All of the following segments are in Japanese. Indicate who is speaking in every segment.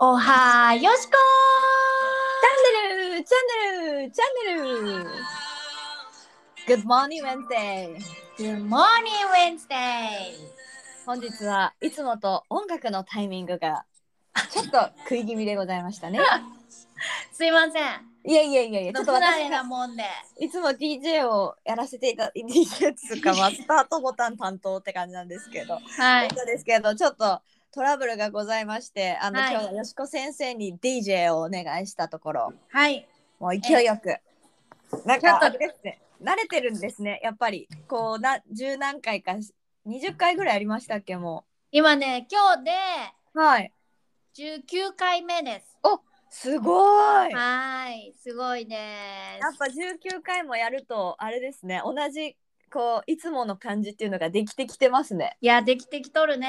Speaker 1: おはよしこ
Speaker 2: ャンネルチャンネルチャンネル Good morning Wednesday!
Speaker 1: !Good morning Wednesday!
Speaker 2: 本日はいつもと音楽のタイミングがちょっと食い気味でございま したね。
Speaker 1: すいません。
Speaker 2: いやいやいやいや、ちょっ
Speaker 1: 不
Speaker 2: と
Speaker 1: 慣
Speaker 2: 私
Speaker 1: れな
Speaker 2: が
Speaker 1: もんで。
Speaker 2: いつも DJ をやらせていた DJ っつうか、まあ、スタートボタン担当って感じなんですけど、
Speaker 1: はい。
Speaker 2: そうですけどちょっとトラブルがございまして、あの、
Speaker 1: はい
Speaker 2: 今日はよしこ先生に DJ をお願いしたところ、
Speaker 1: はい。
Speaker 2: もう勢いよく。なん
Speaker 1: ちょっ
Speaker 2: か
Speaker 1: と
Speaker 2: あれですね、慣れてるんですね、やっぱり。こうな十何回か20回ぐらいありましたっけも
Speaker 1: 今ね、今日
Speaker 2: う。はい。
Speaker 1: で19回目です。
Speaker 2: すごい。やっ
Speaker 1: はーい。すごいです。
Speaker 2: ぱ19回もやるとあれですね、同じこういつもの感じっていうのができてきてますね。
Speaker 1: いや、できてきとるね。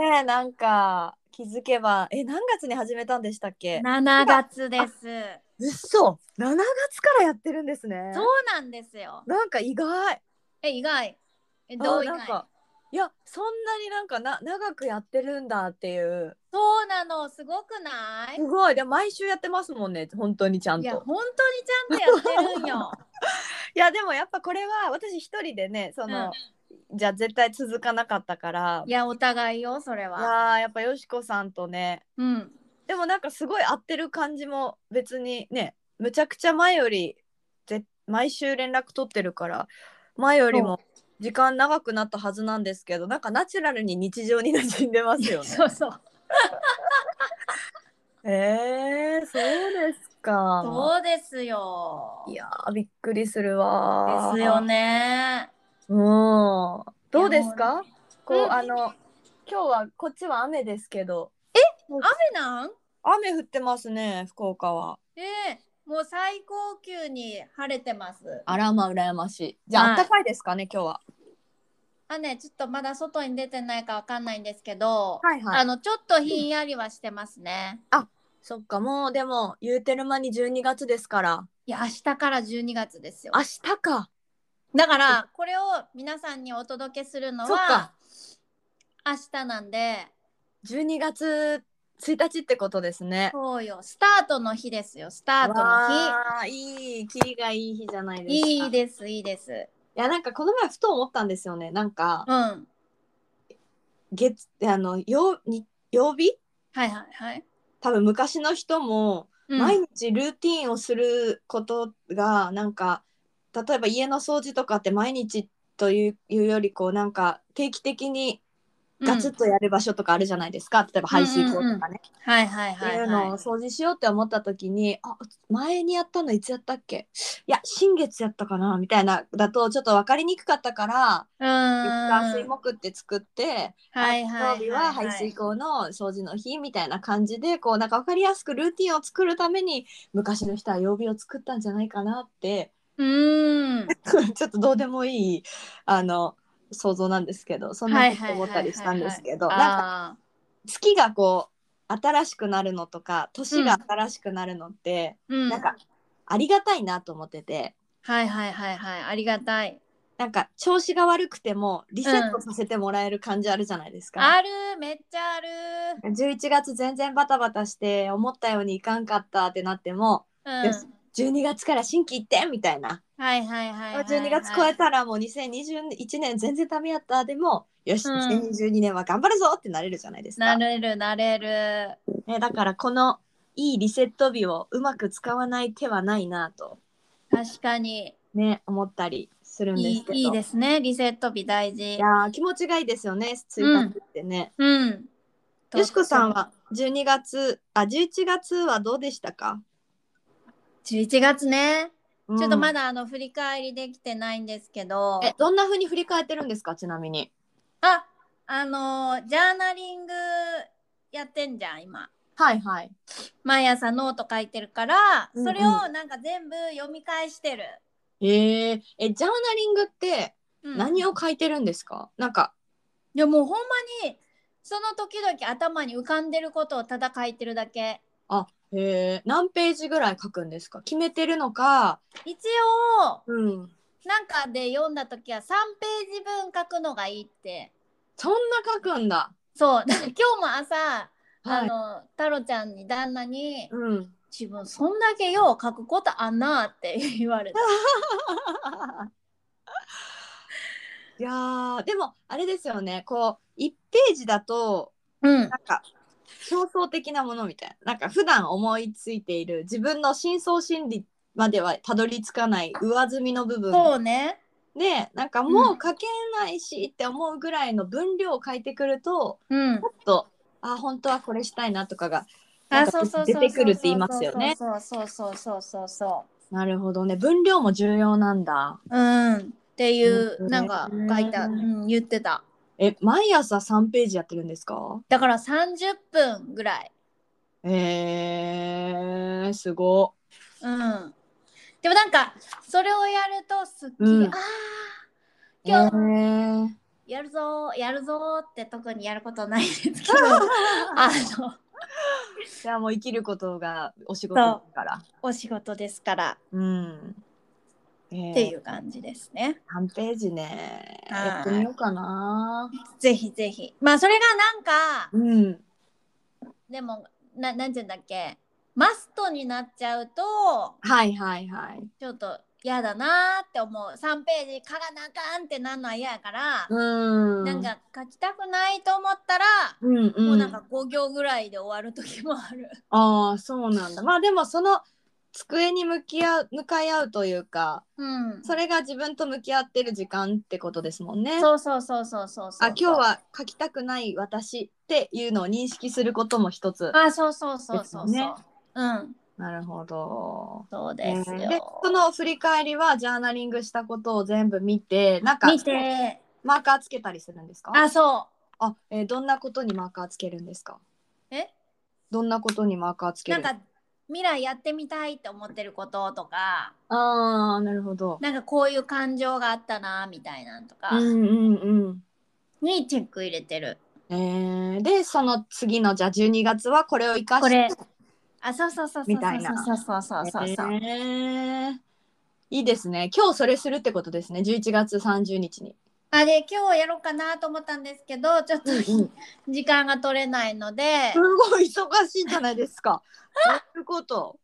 Speaker 2: ねえなんか気づけばえ何月に始めたんでしたっけ？
Speaker 1: 7月です。
Speaker 2: 嘘。7月からやってるんですね
Speaker 1: そうなんですよ。
Speaker 2: なんか意外。
Speaker 1: え、意外。え、
Speaker 2: ど
Speaker 1: ど
Speaker 2: う
Speaker 1: う意
Speaker 2: なん
Speaker 1: 外
Speaker 2: かいやそんなになんかな長くやってるんだっていう。
Speaker 1: そうなの、すごくない
Speaker 2: すごいで毎週やってますもんね本当にちゃん
Speaker 1: い
Speaker 2: とい
Speaker 1: や、
Speaker 2: や
Speaker 1: 本当にちゃんとやってるん よ。
Speaker 2: でもやっぱこれは私一人でねそ
Speaker 1: うん
Speaker 2: の、じゃあ絶対続かなかったから
Speaker 1: いや、お互いよ、それ
Speaker 2: い
Speaker 1: は。
Speaker 2: やーやっぱよしこさんとね
Speaker 1: うん。
Speaker 2: でもなんかすごい合ってる感じも別にねむちゃくちゃ前よりぜ毎週連絡取ってるから前よりも時間長くなったはずなんですけどなんかナチュラルに日常に馴染んでますよ ね。
Speaker 1: そうそう。
Speaker 2: えー、そうですか。
Speaker 1: そうですよ。
Speaker 2: いやーびっくりするわー。
Speaker 1: ですよね。
Speaker 2: うん。どうです
Speaker 1: いや
Speaker 2: か？こう、
Speaker 1: うん
Speaker 2: あの今日はこっちは雨ですけど。
Speaker 1: 雨なん
Speaker 2: 雨降ってますね福岡は。
Speaker 1: ええもう最高級に晴れてます。
Speaker 2: あらま羨ましい。じゃあ、
Speaker 1: はい
Speaker 2: あったかいですかね今日は。
Speaker 1: あね、ちょっとまだ外に出てないかわかんないんですけど、
Speaker 2: はい
Speaker 1: あのちょっとひんやりはしてますね。
Speaker 2: そっかもうでも言うてる間に12月ですから
Speaker 1: いや明日から12月ですよ
Speaker 2: 明。日か
Speaker 1: だからこれを皆さんにお届けするの
Speaker 2: そっ
Speaker 1: は
Speaker 2: か
Speaker 1: 明日なんで、
Speaker 2: 12月1日ってことですね。
Speaker 1: そうよスタートの日ですよスタートの
Speaker 2: わーいい霧がいい日じゃないですか。
Speaker 1: 日。いい
Speaker 2: い
Speaker 1: ですいいです。
Speaker 2: やなんかこの前ふと思ったんですよねなんか
Speaker 1: うんはい
Speaker 2: 月あの曜日曜日
Speaker 1: はいはい。
Speaker 2: 多分昔の人も
Speaker 1: うん
Speaker 2: 毎日ルーティンをすることがなんか例えば家の掃除とかって毎日といういうよりこうなんか定期的にガツッとやる場所とかあるじゃないですか、例えば排水溝とかね、
Speaker 1: うんうんはいはい
Speaker 2: って
Speaker 1: はいいう
Speaker 2: のを
Speaker 1: は
Speaker 2: 掃除しようって思った時に、あ前にやったのいつやったっけいや新月やったかなみたいなだとちょっと分かりにくかったから
Speaker 1: い。う
Speaker 2: 月
Speaker 1: ー
Speaker 2: 火
Speaker 1: ん
Speaker 2: 水木って作って
Speaker 1: はいはい
Speaker 2: 日曜日は排水溝の掃除の日みたいな感じでこうなんか分かりやすくルーティンを作るために昔の人は曜日を作ったんじゃないかなって
Speaker 1: うーん
Speaker 2: ちょっとどうでもいいあの想像なんですけどそんなこと思ったりしたんですけどなんか
Speaker 1: あ
Speaker 2: 月がこう新しくなるのとか年が新しくなるのって、
Speaker 1: ーうん
Speaker 2: なんかありがたいなと思ってて
Speaker 1: はいはいはいはいありがたい
Speaker 2: なんか調子が悪くてもリセットさせてもらえる感じあるじゃないですか。
Speaker 1: あるめっちゃある
Speaker 2: 11月全然バタバタして思ったようにいかんかったってなっても
Speaker 1: うん
Speaker 2: です12月から新規一点みたいな、
Speaker 1: はいはいはいはい
Speaker 2: 12月超えたらもう2021年全然ダメやったでもよし、
Speaker 1: うん
Speaker 2: 2022年は頑張るぞってなれるじゃないですか
Speaker 1: な。れるなれる
Speaker 2: ね、だからこのいいリセット日をうまく使わない手はないなと
Speaker 1: 確かに
Speaker 2: ね思ったりするんで
Speaker 1: いい
Speaker 2: すけど
Speaker 1: いいですねリセット日大事
Speaker 2: いやー気持ちがいいですよ
Speaker 1: う
Speaker 2: ね1
Speaker 1: ん
Speaker 2: 日ってね、
Speaker 1: うん
Speaker 2: よしこさんは12月あ11月はどうでしたか、
Speaker 1: 11月ねちょっとま
Speaker 2: だ
Speaker 1: だあの振り返りできてないんですけど
Speaker 2: えどんな風に振り返ってるんですかちなみに
Speaker 1: ああのジャーナリングやってんじゃん今
Speaker 2: はいはい
Speaker 1: 毎朝ノート書いてるから、
Speaker 2: うんうん
Speaker 1: それをなんか全部読み返してる、
Speaker 2: えー、えジャーナリングって
Speaker 1: うん
Speaker 2: 何
Speaker 1: い
Speaker 2: を書いてるんですか、なんか
Speaker 1: やもうほんまにその時々頭に浮かんでることをただ書いてるだけ
Speaker 2: えー、何ページぐらい書くんですか決めてるのか
Speaker 1: 一応
Speaker 2: うん
Speaker 1: なんかで読んだ時は3ページ分書くのがいいって
Speaker 2: そんな書くんだ
Speaker 1: そうだから今日も朝あの太郎ちゃんに旦那に
Speaker 2: うん。
Speaker 1: 「自分そんだけよう書くことあんな」って言われた。
Speaker 2: いやーでもあれですよねこう1ページだと
Speaker 1: うん
Speaker 2: な、んか表層的なものみたいななんか普段思いついている自分の深層心理まではたどり着かない上積みの部分
Speaker 1: そうね。
Speaker 2: でなんかもう書けないしって思うぐらいの分量を書いてくると
Speaker 1: うん
Speaker 2: ちょ。っとあ本当はこれしたいなとかがな
Speaker 1: あ、
Speaker 2: んか
Speaker 1: そうそうそう
Speaker 2: 出てくるって言いますよね。
Speaker 1: そうそうそうそうそうそ
Speaker 2: なるほどね分量も重要なんだ
Speaker 1: う。うん。っていう、
Speaker 2: うん
Speaker 1: なんか書いた、うん、言ってた。
Speaker 2: え毎朝3ページやってるんですか
Speaker 1: だから30分ぐらい。
Speaker 2: えー、すご
Speaker 1: うん。でもなんか、それをやるとすっきり、
Speaker 2: うん
Speaker 1: ああ、
Speaker 2: え
Speaker 1: 今日
Speaker 2: ー、
Speaker 1: やるぞーやるぞーって特にやることないですけど あの
Speaker 2: じゃあもう生きることがお仕事だから
Speaker 1: お仕事ですから
Speaker 2: うん、えー
Speaker 1: っていう感じですね。
Speaker 2: 3ページね
Speaker 1: はい
Speaker 2: やってみようかな
Speaker 1: ぜひぜひまあそれがなんか
Speaker 2: うん
Speaker 1: でもななんて言うんだっけマストになっちゃうと
Speaker 2: はいはいはい
Speaker 1: ちょっと嫌だなーって思う3ページ書かなあかんってなんのは嫌やから、
Speaker 2: うん
Speaker 1: なんか書きたくないと思ったら、
Speaker 2: うんうん
Speaker 1: もうなんか5行ぐらいで終わる時もある。
Speaker 2: ああそうなんだまあでもその机に向き合う向かい合うというか
Speaker 1: うん、
Speaker 2: それが自分と向き合ってる時間ってことですもんね。
Speaker 1: そうそうそうそうそうそう
Speaker 2: あ今日は書きたくない私っていうのを認識することも一つ。
Speaker 1: あそうそうそうそうそう、
Speaker 2: ですよね
Speaker 1: うん
Speaker 2: なるほど。
Speaker 1: そうですよ、
Speaker 2: えーでその振り返りはジャーナリングしたことを全部見てなんか
Speaker 1: 見て
Speaker 2: マーカーつけたりするんですか
Speaker 1: あそ
Speaker 2: あ、えーどんなことにマーカーつけるんですか
Speaker 1: うえ
Speaker 2: どんなことにマーカーつけ
Speaker 1: な
Speaker 2: る
Speaker 1: んか未来やってみたいと思ってることとか
Speaker 2: ああなるほど。
Speaker 1: なんかこういう感情があったなみたいなんとか
Speaker 2: うんうんうん。
Speaker 1: にチェック入れてる、
Speaker 2: えー、でその次のじゃあ12月はこれを生か
Speaker 1: こ
Speaker 2: して
Speaker 1: れあそうそうそうそう
Speaker 2: みたいな
Speaker 1: そうそうそうそうそうそう、
Speaker 2: えーいいですね今日それするってことですね11月30日に。
Speaker 1: あで今日やろうかなと思ったんですけどちょっと、
Speaker 2: す
Speaker 1: 時間が取れないので
Speaker 2: ごい忙しいじゃないですか。そういうこと。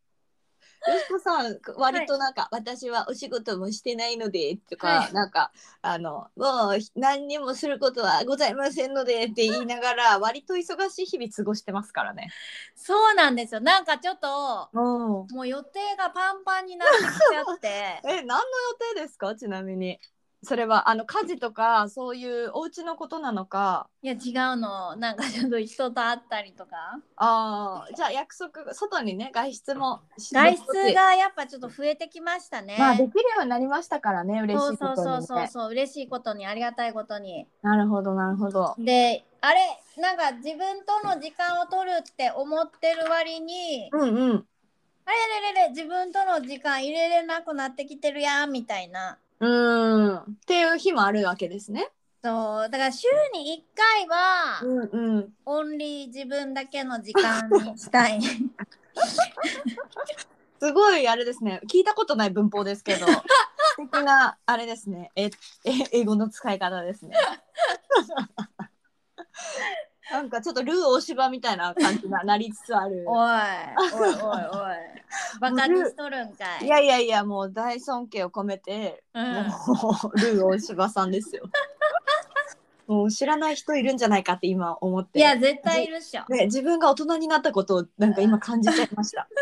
Speaker 2: よしこさん割となんか、私はお仕事もしてないのでとか、
Speaker 1: はい
Speaker 2: なんかあのもう何にもすることはございませんのでって言いながら割と忙しい日々過ごしてますからね。
Speaker 1: そうなんですよなんかちょっと
Speaker 2: お
Speaker 1: もう予定がパンパンになってきちゃって
Speaker 2: え何の予定ですかちなみにそれはあの家事とかそういうお家のことなのか
Speaker 1: いや違うのなんかちょっと人と会ったりとか
Speaker 2: あーじゃあ約束外にね外出もし
Speaker 1: 外出がやっぱちょっと増えてきましたね。
Speaker 2: まあできるようになりましたからね嬉
Speaker 1: そ
Speaker 2: し
Speaker 1: う
Speaker 2: いこ
Speaker 1: そう
Speaker 2: とに、ね、
Speaker 1: そうそうそう嬉しいことにありがたいことに。
Speaker 2: なるほどなるほど
Speaker 1: であれなんか自分との時間を取るって思ってる割に
Speaker 2: うんうん
Speaker 1: あれれれれ自分との時間入れれなくなってきてるやんみたいな。
Speaker 2: うーんっていう日もあるわけですね
Speaker 1: そうだから週に1回は
Speaker 2: んうん
Speaker 1: オンリー自分だけの時間にしたい。
Speaker 2: すごいあれですね聞いたことない文法ですけ ど素敵なあれですねええ英語の使い方です ねなんかちょっとルー大芝みたいな感じがなりつつある
Speaker 1: おいおいおい おいバカにしとるんかい。
Speaker 2: いやいやいやもう大尊敬を込めて、
Speaker 1: うん
Speaker 2: もうルー大柴さんです よもう知らない人いるんじゃないかって今思って
Speaker 1: いや絶対いるっしょ。
Speaker 2: ね、自分が大人になったことをなんか今感じちゃいました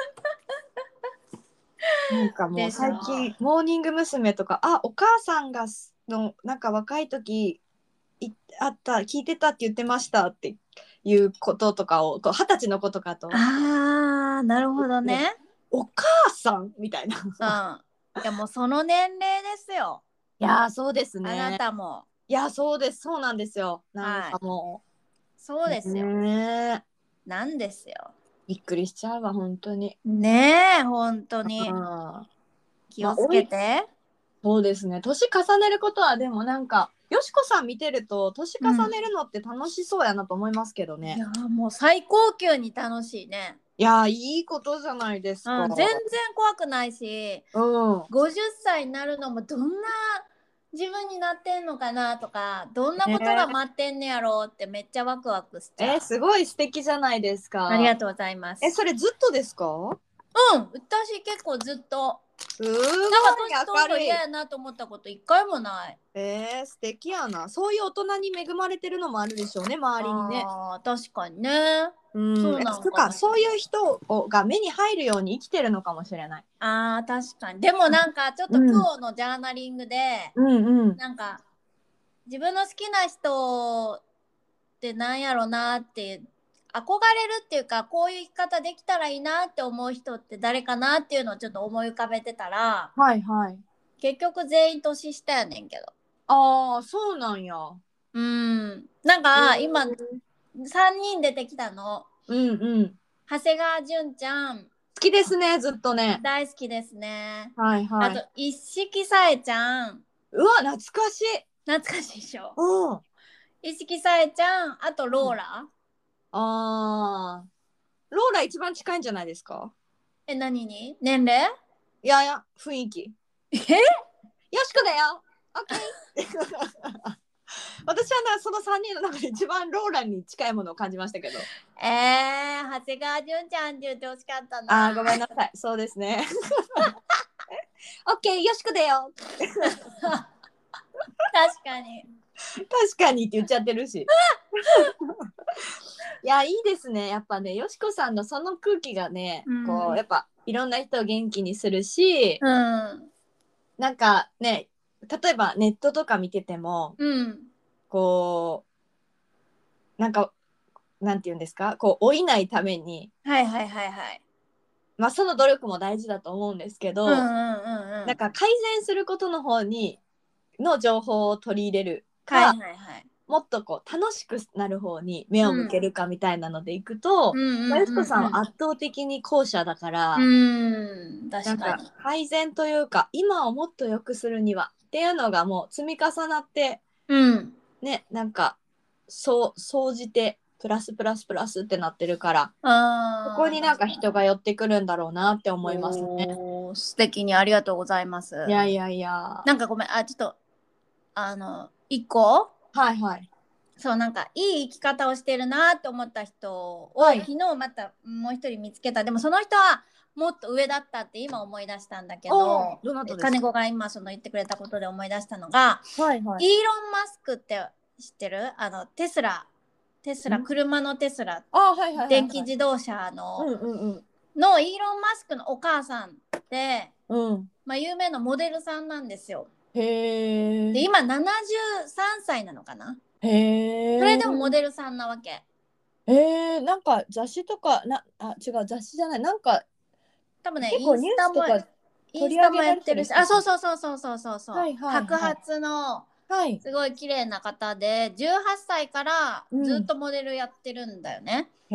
Speaker 2: なんかもう
Speaker 1: ですよ
Speaker 2: 最近モーニング娘。とかあお母さんがすのなんか若い時いあった聞いてたって言ってましたっていうこととかをこう二十歳の子とかと
Speaker 1: あーなるほどね。
Speaker 2: お母さんみたいな
Speaker 1: うん。いやもうその年齢ですよ。
Speaker 2: いやーそうですね
Speaker 1: あなたも。
Speaker 2: いやそうですそうなんですよなんかもう、
Speaker 1: そうですよ。
Speaker 2: ねえ
Speaker 1: なんですよ。
Speaker 2: びっくりしちゃうわ本当に
Speaker 1: ねえ、本当に
Speaker 2: うん
Speaker 1: 気をつけて。
Speaker 2: そうですね年重ねることはでもなんかよしこさん見てると年重ねるのって楽しそうやなと思いますけど
Speaker 1: い
Speaker 2: ね、
Speaker 1: やもう最高級に楽しいね。
Speaker 2: いやーいいことじゃないですか、
Speaker 1: うん、全然怖くないし、
Speaker 2: うん
Speaker 1: 50歳になるのもどんな自分になってんのかなとかどんなことが待ってんねやろうってめっちゃワクワクしちゃ
Speaker 2: え
Speaker 1: う、
Speaker 2: すごい素敵じゃないですか
Speaker 1: ありがとうございます
Speaker 2: えそれずっとですかう
Speaker 1: うん私結構ずっと
Speaker 2: ー
Speaker 1: なんか年
Speaker 2: ご
Speaker 1: 取るの
Speaker 2: い明るい
Speaker 1: 嫌やなと思ったこと一回もない
Speaker 2: えー、素敵やなそういう大人に恵まれてるのもあるでしょうね周りにね
Speaker 1: あー確かにね
Speaker 2: うん
Speaker 1: そうなのかな
Speaker 2: えつうかそういう人をが目に入るように生きてるのかもしれない
Speaker 1: あー確かにでもなんかちょっと
Speaker 2: うん
Speaker 1: 今日のジャーナリングで、
Speaker 2: うんうん
Speaker 1: なんか自分の好きな人ってなんやろなって憧れるっていうかこういう生き方できたらいいなって思う人って誰かなっていうのをちょっと思い浮かべてたら
Speaker 2: はいはい
Speaker 1: 結局全員年下やねんけど
Speaker 2: ああそうなんや
Speaker 1: うんなんか今3人出てきたの
Speaker 2: うんうん
Speaker 1: 長谷川純ちゃん
Speaker 2: 好きですねずっとね
Speaker 1: 大好きですね、
Speaker 2: はいは
Speaker 1: あと一色さえちゃん
Speaker 2: うわ懐かしい
Speaker 1: 懐かしいでしょ
Speaker 2: うん
Speaker 1: 一色さえちゃんあとローラ、
Speaker 2: あーローラ一番近いんじゃないですか
Speaker 1: え何に年齢
Speaker 2: いやいや雰囲気
Speaker 1: え
Speaker 2: よしこだよ OK 私はなその3人の中で一番ローラに近いものを感じましたけど
Speaker 1: ええー、長谷川純ちゃんって言ってほしかったな。
Speaker 2: あーごめんなさいそうですね OK よしこだよ
Speaker 1: 確かに。
Speaker 2: 確かにって言っちゃってるし いやいいですねやっぱねよしこさんのその空気がね、
Speaker 1: うん
Speaker 2: こうやっぱいろんな人を元気にするし
Speaker 1: うん。
Speaker 2: なんかね例えばネットとか見てても
Speaker 1: うん。
Speaker 2: こうなんかなんて言うんですかこう老いないために
Speaker 1: はいはいはいはい。
Speaker 2: まあその努力も大事だと思うんですけど、
Speaker 1: うんうんうんうん。
Speaker 2: なんか改善することの方にの情報を取り入れるか、
Speaker 1: はいはいはい。
Speaker 2: もっとこう楽しくなる方に目を向けるかみたいなのでいくと、
Speaker 1: うんうんうんうん
Speaker 2: まあよしこさんは圧倒的に後者だから、
Speaker 1: うん、
Speaker 2: な
Speaker 1: 確
Speaker 2: ん
Speaker 1: か
Speaker 2: か
Speaker 1: に。
Speaker 2: 改善というか今をもっと良くするにはっていうのがもう積み重なって
Speaker 1: うん。
Speaker 2: ねなんかそう総じてプラスプラスプラスってなってるから
Speaker 1: あ
Speaker 2: こ
Speaker 1: あ。
Speaker 2: こになんか人が寄ってくるんだろうなって思いますね。
Speaker 1: おー。素敵にありがとうございます。
Speaker 2: いやいやいや
Speaker 1: なんかごめん、あ、ちょっと、あの、一個
Speaker 2: はいはい。
Speaker 1: そうなんかいい生き方をしてるなと思った人を、
Speaker 2: はい
Speaker 1: 昨日またもう一人見つけたでもその人はもっと上だったって今思い出したんだけど
Speaker 2: おーどなたですか
Speaker 1: 金子が今その言ってくれたことで思い出したのが、
Speaker 2: は
Speaker 1: イ
Speaker 2: いは
Speaker 1: ーロン・マスクって知ってるあのテスラテスラ
Speaker 2: ん
Speaker 1: 車のテスラ
Speaker 2: あはいはいはいはい。
Speaker 1: 電気自動車の、
Speaker 2: うんうん
Speaker 1: のイーロン・マスクのお母さんって、
Speaker 2: うん。うん。
Speaker 1: まあ、有名なモデルさんなんですよ。
Speaker 2: へえ。
Speaker 1: で今73歳なのかな
Speaker 2: へえ。
Speaker 1: それでもモデルさんなわけ。
Speaker 2: えー、なんか雑誌とかなあ違う雑誌じゃないなんか
Speaker 1: 多分ね、イン
Speaker 2: 結構ニュー
Speaker 1: スタ
Speaker 2: スと
Speaker 1: も、
Speaker 2: か
Speaker 1: イン
Speaker 2: 取
Speaker 1: ス
Speaker 2: り
Speaker 1: タ
Speaker 2: 上
Speaker 1: もや
Speaker 2: げら
Speaker 1: っ
Speaker 2: れ
Speaker 1: て
Speaker 2: て
Speaker 1: る
Speaker 2: る
Speaker 1: し、
Speaker 2: し
Speaker 1: あ、そうそうそうそうそうそうそう、
Speaker 2: はいはいはい
Speaker 1: 白髪の
Speaker 2: はい
Speaker 1: すごい綺麗な方で、18歳からずっとモデルやってるんだよね。
Speaker 2: へ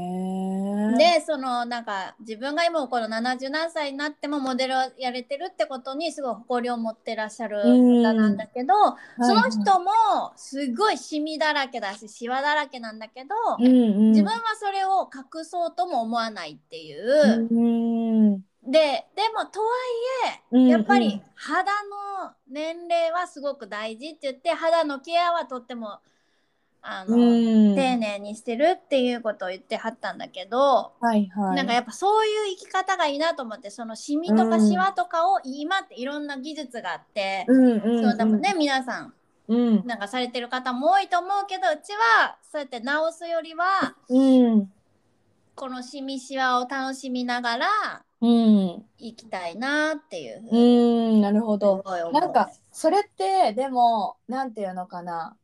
Speaker 2: え
Speaker 1: で、そのなんか自分が今この70何歳になってもモデルをやれてるってことにすごい誇りを持ってらっしゃる
Speaker 2: うん
Speaker 1: 方なんだけど、その人もすごいシミだらけだし、シワだらけなんだけど、
Speaker 2: うんうん
Speaker 1: 自分はそれを隠そうとも思わないっていう。
Speaker 2: うんうん
Speaker 1: ででもとはいえ、
Speaker 2: うんうん
Speaker 1: やっぱり肌の年齢はすごく大事って言って肌のケアはとってもあの、
Speaker 2: うん
Speaker 1: 丁寧にしてるっていうことを言ってはったんだけど、
Speaker 2: はいはい
Speaker 1: なんかやっぱそういう生き方がいいなと思ってそのシミとかシワとかを今っていろんな技術があって、
Speaker 2: うんうんうん
Speaker 1: そう多分ね皆さん
Speaker 2: うん
Speaker 1: なんかされてる方も多いと思うけどうちはそうやって直すよりは
Speaker 2: うん
Speaker 1: このシミシワを楽しみながら
Speaker 2: うん
Speaker 1: 生きたいなっていうふうに
Speaker 2: うんなるほど
Speaker 1: な
Speaker 2: なんかそれってでもなんていうのかな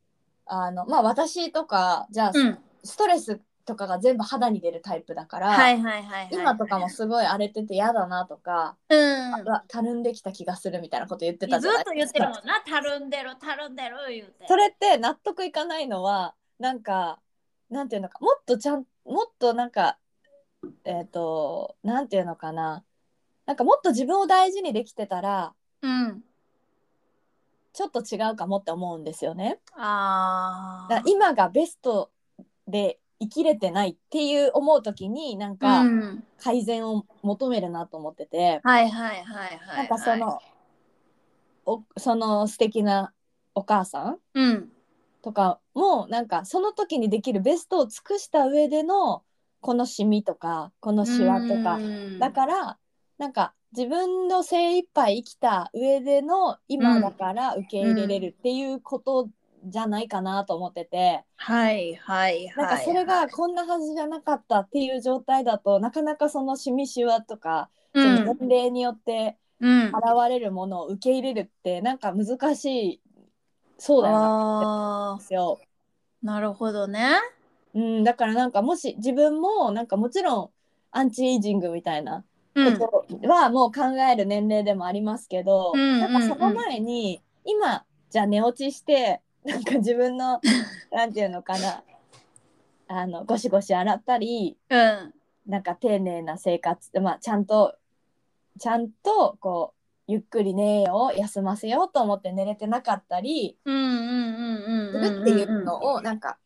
Speaker 2: あのまあ私とかじゃあ、
Speaker 1: うん、
Speaker 2: ストレスとかが全部肌に出るタイプだから、
Speaker 1: はいはいはい、はい、
Speaker 2: 今とかもすごい荒れてて嫌だなとか、
Speaker 1: うん
Speaker 2: うわたるんできた気がするみたいなこと言ってたじ
Speaker 1: ず
Speaker 2: ゃな
Speaker 1: っ
Speaker 2: い
Speaker 1: と
Speaker 2: で
Speaker 1: 言っ
Speaker 2: す
Speaker 1: て
Speaker 2: か
Speaker 1: るもんなたるんでるたるんでる言うて
Speaker 2: それって納得いかないのはなんかなんていうのかもっとちゃんもっとなんかえっ、となんていうのかななんかもっと自分を大事にできてたら
Speaker 1: うん
Speaker 2: ちょっと違うかもって思うんですよね。
Speaker 1: あ
Speaker 2: だから今がベストで生きれてないっていう思う時になん
Speaker 1: あ、
Speaker 2: か
Speaker 1: うん、
Speaker 2: 改善を求めるなと思ってて、
Speaker 1: はいはいはいはいはい
Speaker 2: なんかそのおその素敵なお母さん
Speaker 1: うん
Speaker 2: とかもなんかその時にできるベストを尽くした上でのこのシミとかこのシワとか
Speaker 1: うん
Speaker 2: だからなんか自分の精一杯生きた上での今だから受け入れれるっていうことじゃないかなと思ってて、
Speaker 1: はいはいはい
Speaker 2: なんかそれがこんなはずじゃなかったっていう状態だとなかなかそのシミシワとか、
Speaker 1: う
Speaker 2: その
Speaker 1: ん
Speaker 2: 年齢によって
Speaker 1: うん
Speaker 2: 現れるものを受け入れるってなんか難しいそうだよな
Speaker 1: あ
Speaker 2: んですよ。
Speaker 1: ーなるほどね
Speaker 2: うん、だからなんかもし自分もなんかもちろんアンチエイジングみたいな
Speaker 1: うん
Speaker 2: ことはもう考える年齢でもありますけど、
Speaker 1: うんうんうん
Speaker 2: なんかその前に今じゃあ寝落ちしてなんか自分 のなんていうのかなあのゴシゴシ洗ったり
Speaker 1: うん
Speaker 2: なんか丁寧な生活、まあ、ちゃんとちゃんとこうゆっくり寝よう休ませようと思って寝れてなかったり
Speaker 1: うんうんうん
Speaker 2: す
Speaker 1: うんうん
Speaker 2: るっていうのをなんか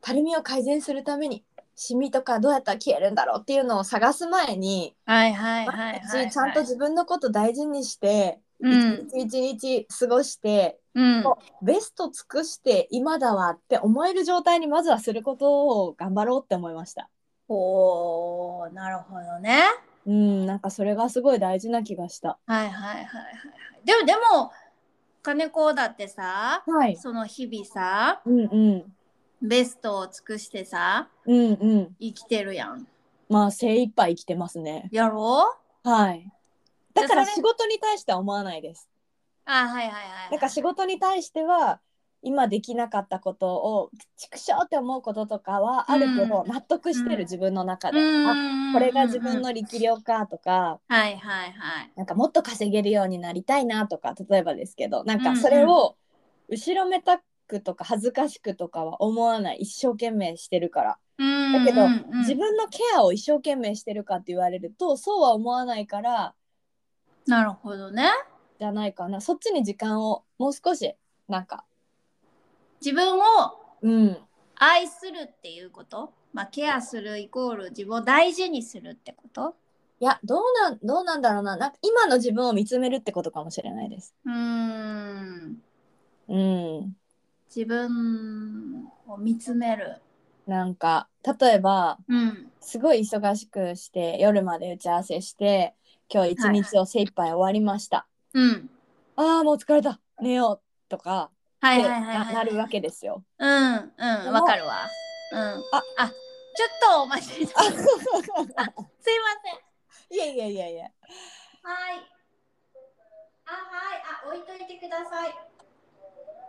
Speaker 2: たるみを改善するためにシミとかどうやったら消えるんだろうっていうのを探す前に
Speaker 1: はいはいはいはいはい
Speaker 2: ちゃんと自分のこと大事にして、
Speaker 1: うん
Speaker 2: 一日一日過ごして、
Speaker 1: うん
Speaker 2: もうベスト尽くして今だわって思える状態にまずはすることを頑張ろうって思いました。
Speaker 1: おーなるほどね
Speaker 2: うん、なんかそれがすごい大事な気がした。
Speaker 1: はいはいはいはいはいでもでも金子だってさ
Speaker 2: はい。
Speaker 1: その日々さ
Speaker 2: うんうん。
Speaker 1: ベストを尽くしてさ
Speaker 2: うんうん。
Speaker 1: 生きてるやん
Speaker 2: まあ精一杯生きてますね。
Speaker 1: やろう
Speaker 2: はい。だから
Speaker 1: じゃあそれ
Speaker 2: 仕事に対しては思わないです。
Speaker 1: あはいはいはい
Speaker 2: なんか仕事に対しては今できなかったことを畜生って思うこととかはあるけど
Speaker 1: うん
Speaker 2: 納得してる自分の中で、あ
Speaker 1: あ
Speaker 2: これが自分の力量かとか
Speaker 1: はいはいはい
Speaker 2: なんかもっと稼げるようになりたいなとか例えばですけどなん
Speaker 1: うん
Speaker 2: か
Speaker 1: うん
Speaker 2: それを後ろめたくとか恥ずかしくとかは思わない一生懸命してるから、
Speaker 1: うん
Speaker 2: だけど
Speaker 1: うんうん
Speaker 2: 自分のケアを一生懸命してるかって言われるとそうは思わないから
Speaker 1: なるほどね
Speaker 2: じゃないかなそっちに時間をもう少しなんか
Speaker 1: 自分を
Speaker 2: うん
Speaker 1: 愛するっていうことまあケアするイコール自分を大事にするってこと
Speaker 2: いやどうなんどうなんだろうななんか今の自分を見つめるってことかもしれないです。
Speaker 1: うーん
Speaker 2: うん、
Speaker 1: 自分を見つめる
Speaker 2: なんか例えば
Speaker 1: うん
Speaker 2: すごい忙しくして夜まで打ち合わせして今日一日を精一杯終わりまし
Speaker 1: うん
Speaker 2: た、あーもう疲れた寝ようとか
Speaker 1: は
Speaker 2: で
Speaker 1: いはいはいは
Speaker 2: ないなるわけで すよ。
Speaker 1: うんうんわかるわうんああちょっとお待ちくださいすいません
Speaker 2: いやいやいやいや
Speaker 1: はい。あ、はい、あ、置いといてください。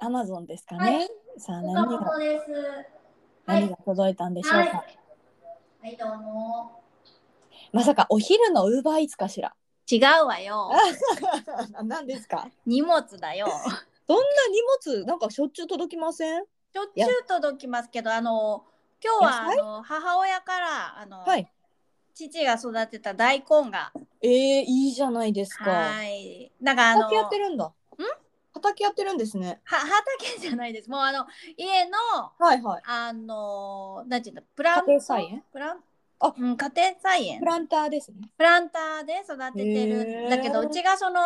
Speaker 2: アマゾンですかね、
Speaker 1: はい
Speaker 2: さあ
Speaker 1: 岡
Speaker 2: 何
Speaker 1: 本
Speaker 2: が
Speaker 1: です。はい
Speaker 2: 何が届いたんでしょうか、
Speaker 1: はい。はい、どうも。
Speaker 2: まさかお昼のウーバーイーツか しら
Speaker 1: 違うわよ。
Speaker 2: 何ですか
Speaker 1: 荷物だ よ。
Speaker 2: そんな荷物なんかしょっちゅう届きません
Speaker 1: しょっちゅう届きますけど、あの。今日はあの母親からあの、
Speaker 2: はい
Speaker 1: 父が育てた大根が
Speaker 2: えー、いいじゃないですか
Speaker 1: はいなんかあの
Speaker 2: 畑やってるんだ。ん畑やってるんですね。
Speaker 1: は畑じゃないですもうあの家の
Speaker 2: はいはい。
Speaker 1: あのなんていうのプラン
Speaker 2: 家庭菜園
Speaker 1: プラン
Speaker 2: あ
Speaker 1: うん、家庭菜園
Speaker 2: プランターですね。
Speaker 1: プランターで育ててる
Speaker 2: へ
Speaker 1: ん
Speaker 2: ー
Speaker 1: だけどうちがその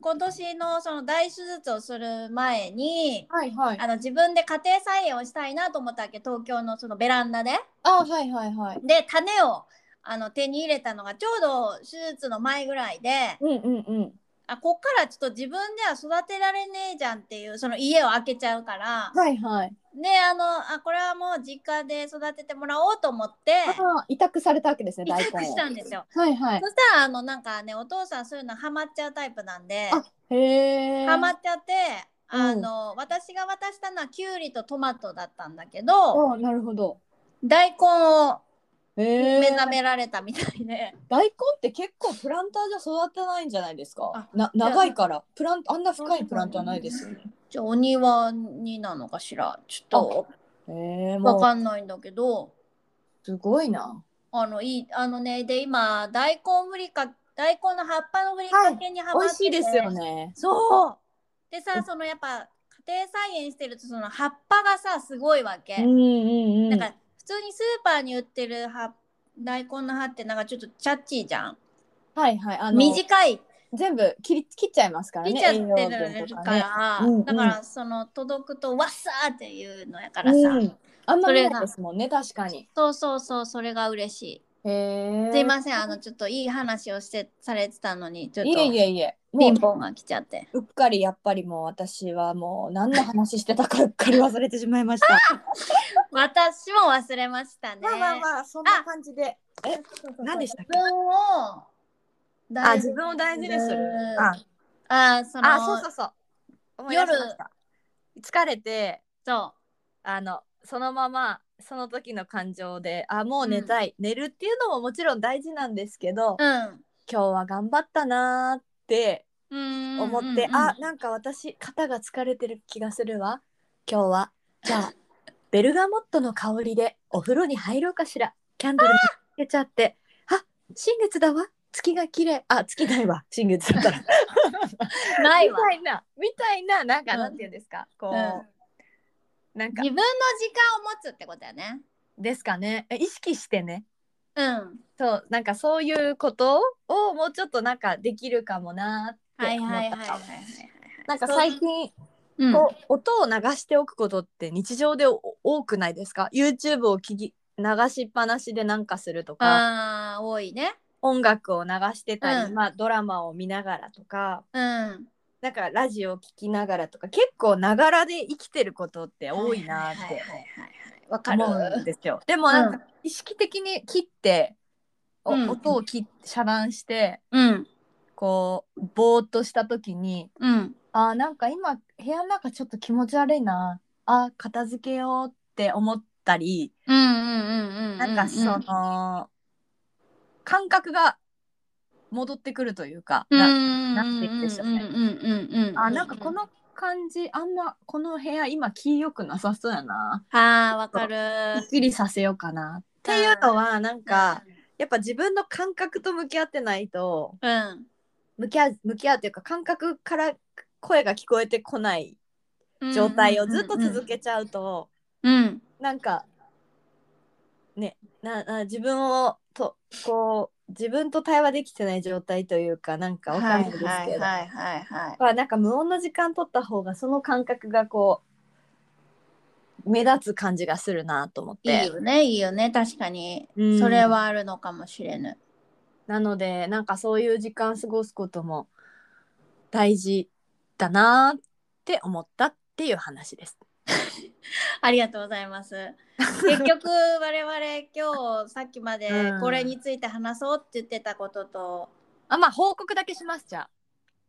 Speaker 1: 今年のその大手術をする前に
Speaker 2: はいはい。
Speaker 1: あの自分で家庭菜園をしたいなと思ったわけ東京のそのベランダで。
Speaker 2: あはいはいはい。
Speaker 1: で種をあの手に入れたのがちょうど手術の前ぐらいで
Speaker 2: うんうんうん。
Speaker 1: あこっからちょっと自分では育てられねえじゃんっていうその家を開けちゃうから
Speaker 2: はいはい。
Speaker 1: であのあこれはもう実家で育ててもらおうと思って
Speaker 2: あ委託されたわけですね。
Speaker 1: 委
Speaker 2: 大根を
Speaker 1: 託したんですよ。
Speaker 2: はいはい
Speaker 1: そ。したらあのなんかねお父さんそういうのハマっちゃうタイプなんで。
Speaker 2: あへえ。
Speaker 1: ハマっちゃって、
Speaker 2: うん
Speaker 1: あの、私が渡したのはキュウリとトマトだったんだけど、
Speaker 2: あなるほど。
Speaker 1: 大根を
Speaker 2: へ
Speaker 1: 目
Speaker 2: え。
Speaker 1: 覚められたみたいで、
Speaker 2: 大根って結構プランターじゃ育てないんじゃないですか
Speaker 1: あ。
Speaker 2: な長いからプランあんな深いプランターないですよね。
Speaker 1: じゃあお庭になのかしらちょっ
Speaker 2: へえ
Speaker 1: とわ
Speaker 2: もう
Speaker 1: かんないんだけど
Speaker 2: すごいな。
Speaker 1: あのいいあのねで今大根ふりか大根の葉っぱのふりかけにハマ
Speaker 2: 美
Speaker 1: って
Speaker 2: 味
Speaker 1: て、
Speaker 2: しいですよね。
Speaker 1: そうでさ
Speaker 2: うん
Speaker 1: そのやっぱ家庭菜園してるとその葉っぱがさすごいわけ、
Speaker 2: うんうんう
Speaker 1: だ
Speaker 2: ん
Speaker 1: か。ら普通にスーパーに売ってる葉大根の葉ってなんかちょっとチャッチーじゃん
Speaker 2: はいはいあの
Speaker 1: 短い
Speaker 2: 全部切り切っちゃいますからね
Speaker 1: 見ちゃってる
Speaker 2: 栄養分と
Speaker 1: か
Speaker 2: ね
Speaker 1: ら、
Speaker 2: うんうん
Speaker 1: だからその届くとわっさーっていうのやからさ、
Speaker 2: うん、あんまり
Speaker 1: それ
Speaker 2: な
Speaker 1: が
Speaker 2: いですもんね確かに
Speaker 1: そうそうそうそれが嬉しい。
Speaker 2: へえ
Speaker 1: すいませんあのちょっといい話をしてされてたのにちょっ
Speaker 2: いえい
Speaker 1: と
Speaker 2: えいえ
Speaker 1: ピ
Speaker 2: もう
Speaker 1: ンポンが来ちゃって。
Speaker 2: うっかりやっぱりもう私はもう何の話してたかうっかり忘れてしまいま した。
Speaker 1: 私も忘れましたね。
Speaker 2: まあまあまあそんな感じで。え何でしたっけ
Speaker 1: 自分を
Speaker 2: あ
Speaker 1: 大事
Speaker 2: 自分を大事にする。
Speaker 1: あ
Speaker 2: あ
Speaker 1: あその
Speaker 2: あそうそうそう。思い出しました疲れて
Speaker 1: そ
Speaker 2: あのそのままその時の感情であもう寝たい、寝るっていうのももちろん大事なんですけど、
Speaker 1: ううん
Speaker 2: 今日は頑張ったなーって
Speaker 1: うーん
Speaker 2: 思って、
Speaker 1: うんうん
Speaker 2: あなんか私肩が疲れてる気がするわ今日はじゃあ ベルガモットの香りでお風呂に入ろうかしらキャンドルもつけちゃってあ新月だわ月が綺麗あ月ないわ新月だったら み
Speaker 1: ないわ
Speaker 2: たいなみたいななんか
Speaker 1: うん
Speaker 2: なんて言うんですか、こう、なんか
Speaker 1: 自分の時間を持つってことだよね
Speaker 2: ですかねえ意識してね
Speaker 1: うん
Speaker 2: そうなんかそういうことをもうちょっとなんかできるかもなーっ
Speaker 1: は
Speaker 2: て
Speaker 1: い
Speaker 2: 思っ
Speaker 1: はいはい
Speaker 2: た
Speaker 1: はいはい
Speaker 2: なんか最近
Speaker 1: うん
Speaker 2: こう音を流しておくことって日常でお多くないですか YouTube を聞き流しっぱなしでなんかするとか
Speaker 1: あー多いね
Speaker 2: 音楽を流してた
Speaker 1: う
Speaker 2: り、
Speaker 1: ん
Speaker 2: まあ、ドラマを見ながらとか
Speaker 1: うん
Speaker 2: なんかラジオを聞きながらとか結構ながらで生きてることって多いなっ
Speaker 1: はいはい
Speaker 2: て
Speaker 1: はいはいわかる
Speaker 2: 思うんですよ。でもなんか意識的に切って、お
Speaker 1: うん
Speaker 2: 音を切遮断して
Speaker 1: うん
Speaker 2: こうぼーっとした時に
Speaker 1: うん
Speaker 2: あーなんか今部屋の中ちょっと気持ち悪いなあー片付けようって思ったり
Speaker 1: うんうんうんうんうん
Speaker 2: なんかその、感覚が戻ってくるというか、
Speaker 1: うんう
Speaker 2: なんなっていくでしょうね
Speaker 1: うんうんうんうん
Speaker 2: あーなんかこの感じあんまこの部屋今気よくなさそうやな
Speaker 1: あーわか
Speaker 2: す
Speaker 1: る
Speaker 2: っきりさせようかなっていうのはなんかやっぱ自分の感覚と向き合ってないと
Speaker 1: うん
Speaker 2: 向き合う向き合うというか感覚から声が聞こえてこない状態をずっと続けちゃうと。
Speaker 1: うん
Speaker 2: なんかねなな自分をとこう自分と対話できてない状態というかなんかわかんないですけど、
Speaker 1: はいはいはい
Speaker 2: まあなんか無音の時間取った方がその感覚がこう目立つ感じがするなと思っ
Speaker 1: はいいい
Speaker 2: て
Speaker 1: よねいいよね確かに
Speaker 2: うん
Speaker 1: それはあるのかもしれぬ
Speaker 2: なのでなんかそういう時間過ごすことも大事だなって思ったっていう話です。
Speaker 1: ありがとうございます。 結局我々今日さっきまで
Speaker 2: うん
Speaker 1: これについて話そうって言ってたことと、
Speaker 2: あまあ報告だけしますじゃあ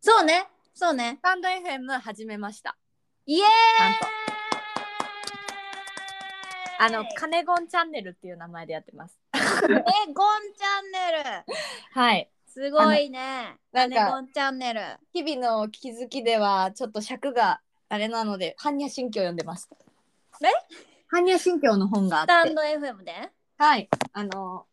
Speaker 1: そうねそうね
Speaker 2: スタンド FM 始めました。
Speaker 1: イエーイ
Speaker 2: ちゃんとあの、カネゴンチャンネルっていう名前でやってます。
Speaker 1: えゴンチャンネル
Speaker 2: はい。
Speaker 1: すごいね
Speaker 2: あのなんか
Speaker 1: ねゴンチャンネル
Speaker 2: 日々の気づきでは、ちょっと尺があれなので、般若心経読んでます。
Speaker 1: え
Speaker 2: 般若心経の本があ
Speaker 1: スタ
Speaker 2: っ
Speaker 1: ン
Speaker 2: て。
Speaker 1: ド FM で、は
Speaker 2: はい。あの、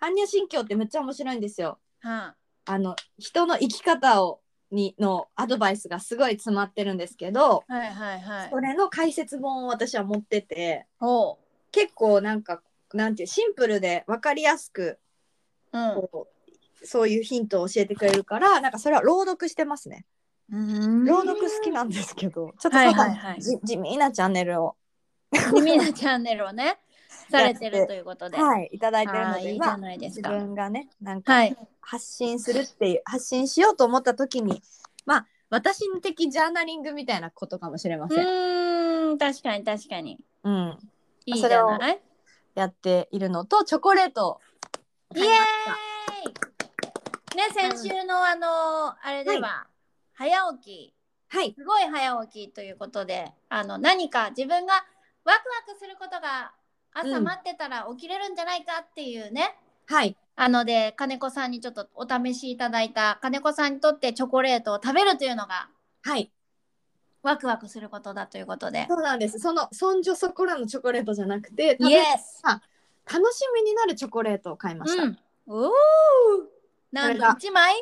Speaker 2: 般若心経ってめっちゃ面白いんですよ。
Speaker 1: あ、
Speaker 2: あの、人の生き方を、に、のアドバイスがすごい詰まってるんですけど、
Speaker 1: はいはいはい
Speaker 2: それの解説本を私は持ってて、
Speaker 1: ほ
Speaker 2: 結構なんか、なんていう、シンプルで分かりやすく、
Speaker 1: ううん
Speaker 2: こうそういうヒントを教えてくれるからなんかそれは朗読してますね
Speaker 1: うん
Speaker 2: 朗読好きなんですけ どちょっと
Speaker 1: は
Speaker 2: そ
Speaker 1: い
Speaker 2: んな
Speaker 1: はいはい
Speaker 2: じ地味なチャンネルを
Speaker 1: 地味なチャンネルをねされてるということで、
Speaker 2: はいいただいてる
Speaker 1: あ
Speaker 2: の
Speaker 1: ー
Speaker 2: で
Speaker 1: いいじ
Speaker 2: ま
Speaker 1: ゃ
Speaker 2: あ
Speaker 1: ないです
Speaker 2: 自
Speaker 1: か
Speaker 2: 分がねなんか
Speaker 1: はい
Speaker 2: 発信するっていう発信しようと思った時にまあ私的ジャーナリングみたいなことかもしれま
Speaker 1: う
Speaker 2: せん、
Speaker 1: ーん確かに確かに
Speaker 2: うん、
Speaker 1: いいじゃない
Speaker 2: やっているのとチョコレート
Speaker 1: イエーイね先週のあのあれでは、早起き
Speaker 2: はい
Speaker 1: すごい早起きということであの何か自分がワクワクすることが朝
Speaker 2: うん
Speaker 1: 待ってたら起きれるんじゃないかっていうね、
Speaker 2: はい
Speaker 1: あので金子さんにちょっとお試しいただいた金子さんにとってチョコレートを食べるというのが
Speaker 2: はい
Speaker 1: ワクワクすることだということで
Speaker 2: そうなんですそのそんじょそこらのチョコレートじゃなくて食
Speaker 1: イ
Speaker 2: べ
Speaker 1: エス
Speaker 2: 楽しみになるチョコレートを買いました、
Speaker 1: うんおおなん
Speaker 2: これ
Speaker 1: と
Speaker 2: が
Speaker 1: 1枚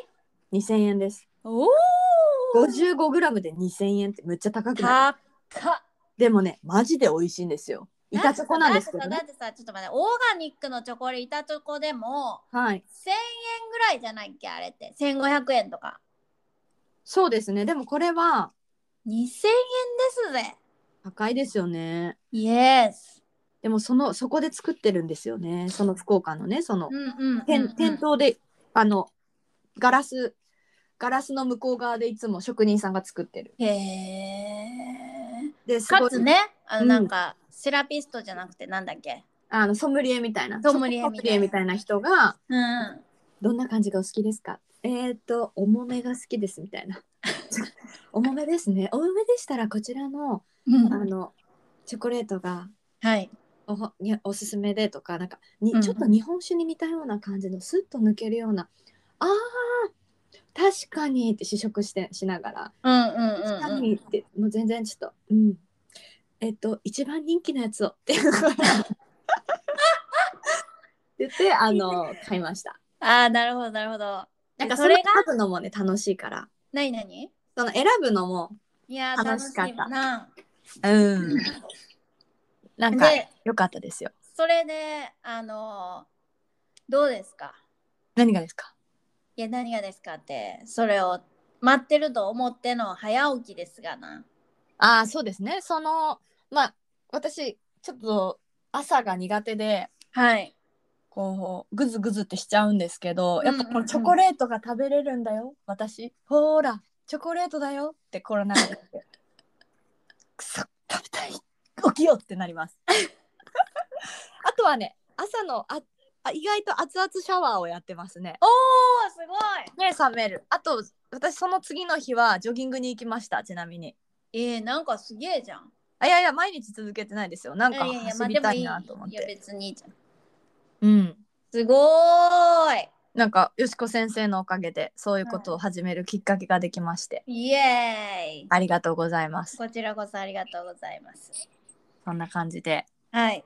Speaker 2: 2000円です
Speaker 1: おお
Speaker 2: 55グラムで2000円ってめっちゃ高くない
Speaker 1: 高っ
Speaker 2: でもねマジで美味しいんですよ板チョコなんですけど
Speaker 1: だっ
Speaker 2: ね
Speaker 1: てさだってさちょっと待ってオーガニックのチョコレ板チョコでも
Speaker 2: は
Speaker 1: 1000
Speaker 2: い
Speaker 1: 円ぐらいじゃないっけあれって1500円とか
Speaker 2: そうですねでもこれは
Speaker 1: 2000円ですぜ
Speaker 2: 高いですよね
Speaker 1: イエス
Speaker 2: でもそのそこで作ってるんですよねその福岡のねその
Speaker 1: うんうんうん、
Speaker 2: 店店頭であのガラスガラスの向こう側でいつも職人さんが作ってる
Speaker 1: へえ
Speaker 2: ですごい
Speaker 1: かつねあの
Speaker 2: うん
Speaker 1: なんか、セラピストじゃなくてなんだっけ
Speaker 2: あのソムリエみたいな
Speaker 1: ソムリエみたいな
Speaker 2: ソみたいな人が
Speaker 1: うん
Speaker 2: どんな感じがお好きですかえっ、ー、と重めが好きですみた いな重めですね重めでしたらこちらの
Speaker 1: う
Speaker 2: あ
Speaker 1: ん
Speaker 2: のチョコレートが
Speaker 1: はい
Speaker 2: おほにおすすめでとかなんかに、
Speaker 1: うん
Speaker 2: ちょっと日本酒に似たような感じのスッと抜けるようなあー確かにって試食してしながら
Speaker 1: うんうんうん
Speaker 2: 確か
Speaker 1: うん
Speaker 2: にってもう全然ちょっとうんえっと一番人気のやつをっていう言 ってあの買いました
Speaker 1: ああなるほどなるほど
Speaker 2: なん
Speaker 1: で
Speaker 2: かそれ
Speaker 1: れ
Speaker 2: 選
Speaker 1: が
Speaker 2: ぶのもね楽しいから
Speaker 1: 何何
Speaker 2: その選ぶのも
Speaker 1: いやー
Speaker 2: 楽
Speaker 1: 楽
Speaker 2: し
Speaker 1: し
Speaker 2: かった
Speaker 1: いわな
Speaker 2: うんなんか
Speaker 1: で
Speaker 2: 良かったですよ
Speaker 1: それであのーどうですか
Speaker 2: 何がですか
Speaker 1: いや何がですかってそれを待ってると思っての早起きですがな
Speaker 2: ああそうですねそのまあ私ちょっと朝が苦手で
Speaker 1: はい
Speaker 2: こうグズグズってしちゃうんですけどやっぱ
Speaker 1: うん
Speaker 2: こ
Speaker 1: うんう
Speaker 2: の
Speaker 1: ん
Speaker 2: チョコレートが食べれるんだよ、私ほーらチョコレートだよってコロナ禍で くそ食べたい起きようってなります あとはね朝のああ意外と熱々シャワーをやってますね
Speaker 1: おおすごい
Speaker 2: 目覚めるあと私その次の日はジョギングに行きましたちなみに
Speaker 1: えー、なんかすげえじゃん
Speaker 2: あいやいや毎日続けてないですよなん
Speaker 1: い
Speaker 2: か
Speaker 1: やいやいやま
Speaker 2: 走
Speaker 1: あ
Speaker 2: り
Speaker 1: でも
Speaker 2: た
Speaker 1: いい
Speaker 2: い
Speaker 1: い
Speaker 2: なと思って、
Speaker 1: や別にいいじゃん
Speaker 2: うん
Speaker 1: すごーい
Speaker 2: なんかよしこ先生のおかげでそういうことを始めるきっかけができまして、
Speaker 1: イエーイ
Speaker 2: ありがとうございます
Speaker 1: こちらこそありがとうございます
Speaker 2: そんな感じで
Speaker 1: はい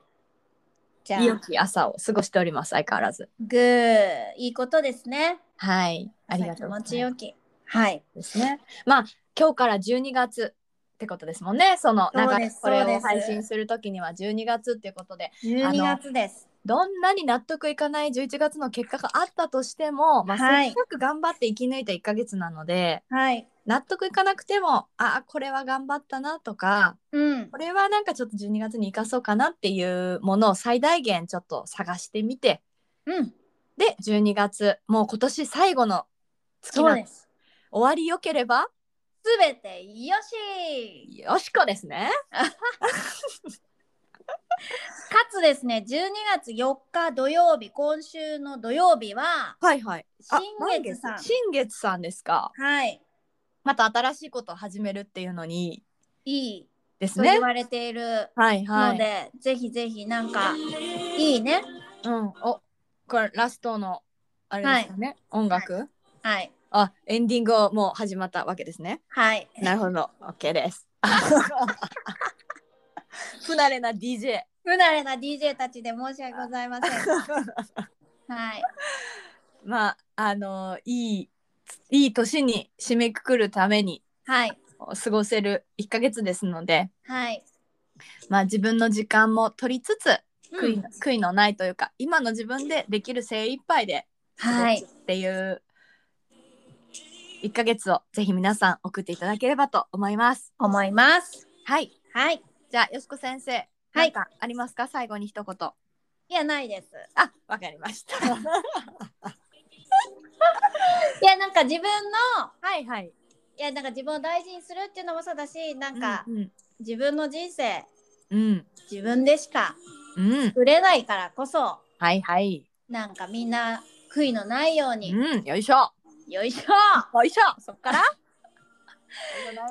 Speaker 1: じゃあ
Speaker 2: 良き朝を過ごしております相変わらず
Speaker 1: グーいいことですね
Speaker 2: はいありがとうご
Speaker 1: 朝気持
Speaker 2: ざ
Speaker 1: ち
Speaker 2: いま
Speaker 1: よきはい
Speaker 2: すですねまあ今日から12月ってことですもんねその
Speaker 1: そうです
Speaker 2: なんかこれ
Speaker 1: そう
Speaker 2: を
Speaker 1: です
Speaker 2: 配信する時には12月っていうことで
Speaker 1: 12月です
Speaker 2: どんなに納得いかない11月の結果があったとしても、まあ、
Speaker 1: は
Speaker 2: せ
Speaker 1: い
Speaker 2: っかく頑張って生き抜いた1ヶ月なので、
Speaker 1: はい
Speaker 2: 納得いかなくてもあこれは頑張ったなとか
Speaker 1: うん
Speaker 2: これはなんかちょっと12月に生かそうかなっていうものを最大限ちょっと探してみて
Speaker 1: うん
Speaker 2: で12月もう今年最後の月
Speaker 1: そう
Speaker 2: な
Speaker 1: です
Speaker 2: 終わりよければ
Speaker 1: すべてよし
Speaker 2: よしこですね
Speaker 1: かつですね12月4日土曜日今週の土曜日は
Speaker 2: はいはいあ
Speaker 1: 新月さん
Speaker 2: 満新月さんですか
Speaker 1: はい
Speaker 2: また新しいことを始めるっていうのに
Speaker 1: いい
Speaker 2: です
Speaker 1: と言
Speaker 2: ね
Speaker 1: われている
Speaker 2: はい
Speaker 1: の
Speaker 2: はい
Speaker 1: で、ぜひぜひなんかいいね
Speaker 2: うん、おこれラストのあれですかね、音楽、
Speaker 1: はい
Speaker 2: あエンディングをもう始まったわけですね。
Speaker 1: はい
Speaker 2: なるほど OK です。 不慣れな DJ。
Speaker 1: 不慣れな DJ たちで申し訳ございません はい
Speaker 2: まああのいいいい年に締めくくるために
Speaker 1: はい
Speaker 2: 過ごせる1ヶ月ですので、
Speaker 1: はい、
Speaker 2: まあ、自分の時間も取りつつ
Speaker 1: う
Speaker 2: 悔い,、
Speaker 1: ん、
Speaker 2: 悔いのないというか今の自分でできる精一杯で
Speaker 1: は
Speaker 2: 過
Speaker 1: い
Speaker 2: ごすっていう1ヶ月をぜひ皆さん送っていただければと思います。
Speaker 1: 思います
Speaker 2: はい、
Speaker 1: はい
Speaker 2: じゃあよしこ先生、
Speaker 1: はい
Speaker 2: なんかありますか最後に一言。
Speaker 1: いやないです
Speaker 2: あ、わかりま した。
Speaker 1: いやなんか自分の
Speaker 2: はいはい。
Speaker 1: いやなんか自分を大事にするっていうのもそうだしなんか
Speaker 2: うん
Speaker 1: 自分の人生
Speaker 2: うん、
Speaker 1: 自分でしか
Speaker 2: うん、
Speaker 1: 触れないからこそ
Speaker 2: はいはい。
Speaker 1: なんかみんな悔いのないように、
Speaker 2: うん、よいしょ。
Speaker 1: よいしょ
Speaker 2: よいしょ。そっ から。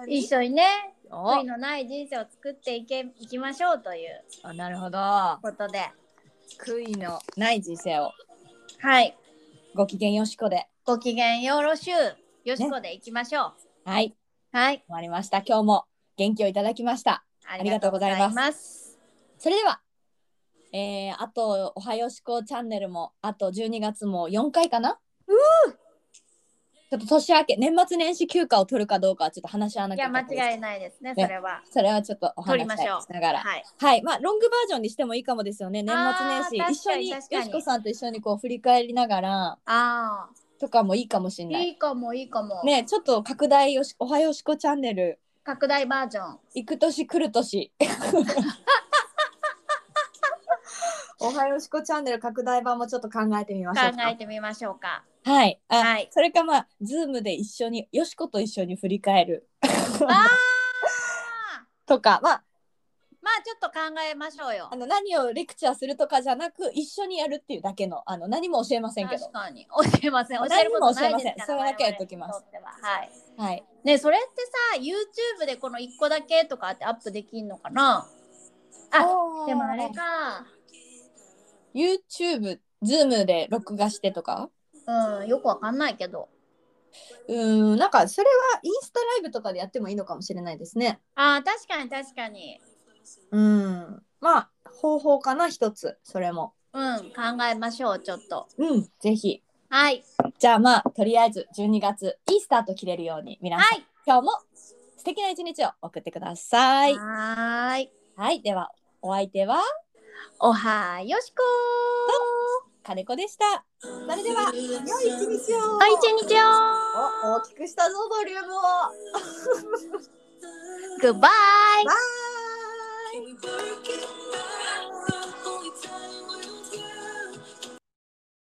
Speaker 1: 一緒にね悔い
Speaker 2: お、
Speaker 1: のない人生を作っていけいきましょうという
Speaker 2: あなるほど。
Speaker 1: ことで
Speaker 2: 悔いのない人生を。
Speaker 1: はい
Speaker 2: ご機嫌よしこで。
Speaker 1: ご機嫌よろしゅうよしこでいきましょう、
Speaker 2: はい、終
Speaker 1: はい
Speaker 2: わりました。今日も元気をいただきました。
Speaker 1: あ
Speaker 2: りがとうございます
Speaker 1: りがとうございます
Speaker 2: それでは。えー、あと、おはよしこチャンネルも、あと12月も4回かな。ちょっと年明け、年末年始休暇を取るかどうかはちょっと話し合わないきゃ
Speaker 1: や
Speaker 2: いけな
Speaker 1: 間
Speaker 2: いです
Speaker 1: 違いないですね
Speaker 2: ね
Speaker 1: それは、
Speaker 2: それはちょっとお
Speaker 1: 取
Speaker 2: 話
Speaker 1: り
Speaker 2: し
Speaker 1: ましょう
Speaker 2: しながら。
Speaker 1: はい
Speaker 2: はい、まあロングバージョンにしてもいいかもですよね。年末
Speaker 1: あー
Speaker 2: 年始一緒に
Speaker 1: 確かに確かに
Speaker 2: よしこさんと一緒にこう振り返りながら
Speaker 1: ああ
Speaker 2: ととかもいいかもしれない
Speaker 1: いいかもいいかも、
Speaker 2: ねちょっと拡大よしおはよしこチャンネル
Speaker 1: 拡大バージョン
Speaker 2: 行く年来る年 おはよしこチャンネル拡大版もちょっと考えてみましょう
Speaker 1: 考
Speaker 2: か
Speaker 1: えてみましょう か
Speaker 2: はいあ、
Speaker 1: はい
Speaker 2: それかまあズームで一緒によしこと一緒に振り返る
Speaker 1: あーま
Speaker 2: とかまあ
Speaker 1: あちょっと考えましょうよ
Speaker 2: あの何をレクチャーするとかじゃなく一緒にやるっていうだけのあの何も教えませんけど
Speaker 1: 確かに 教えません教えることないですから
Speaker 2: 何も教えませんそれだけは言っときます
Speaker 1: 我々にとってははい
Speaker 2: はい
Speaker 1: ねそれってさ YouTube でこの1個だけとかってアップできんのかなあでもあれか
Speaker 2: YouTube ズームで録画してとか
Speaker 1: うんよくわかんないけど
Speaker 2: うーんなんかそれはインスタライブとかでやってもいいのかもしれないですね
Speaker 1: あー確かに確かに
Speaker 2: うんまあ方法かな一つそれも
Speaker 1: うん考えましょうちょっと
Speaker 2: うんぜひ
Speaker 1: はい
Speaker 2: じゃあまあとりあえず12月いいスタート切れるように皆さん、
Speaker 1: はい
Speaker 2: 今日も素敵な一日を送ってくださいはい、
Speaker 1: はーい
Speaker 2: ではお相手は
Speaker 1: おはよしこ
Speaker 2: 金子でしたそれでは良い一日を
Speaker 1: ーあ一日を
Speaker 2: お大きくしたぞボリュームを
Speaker 1: グッバイ
Speaker 2: バイ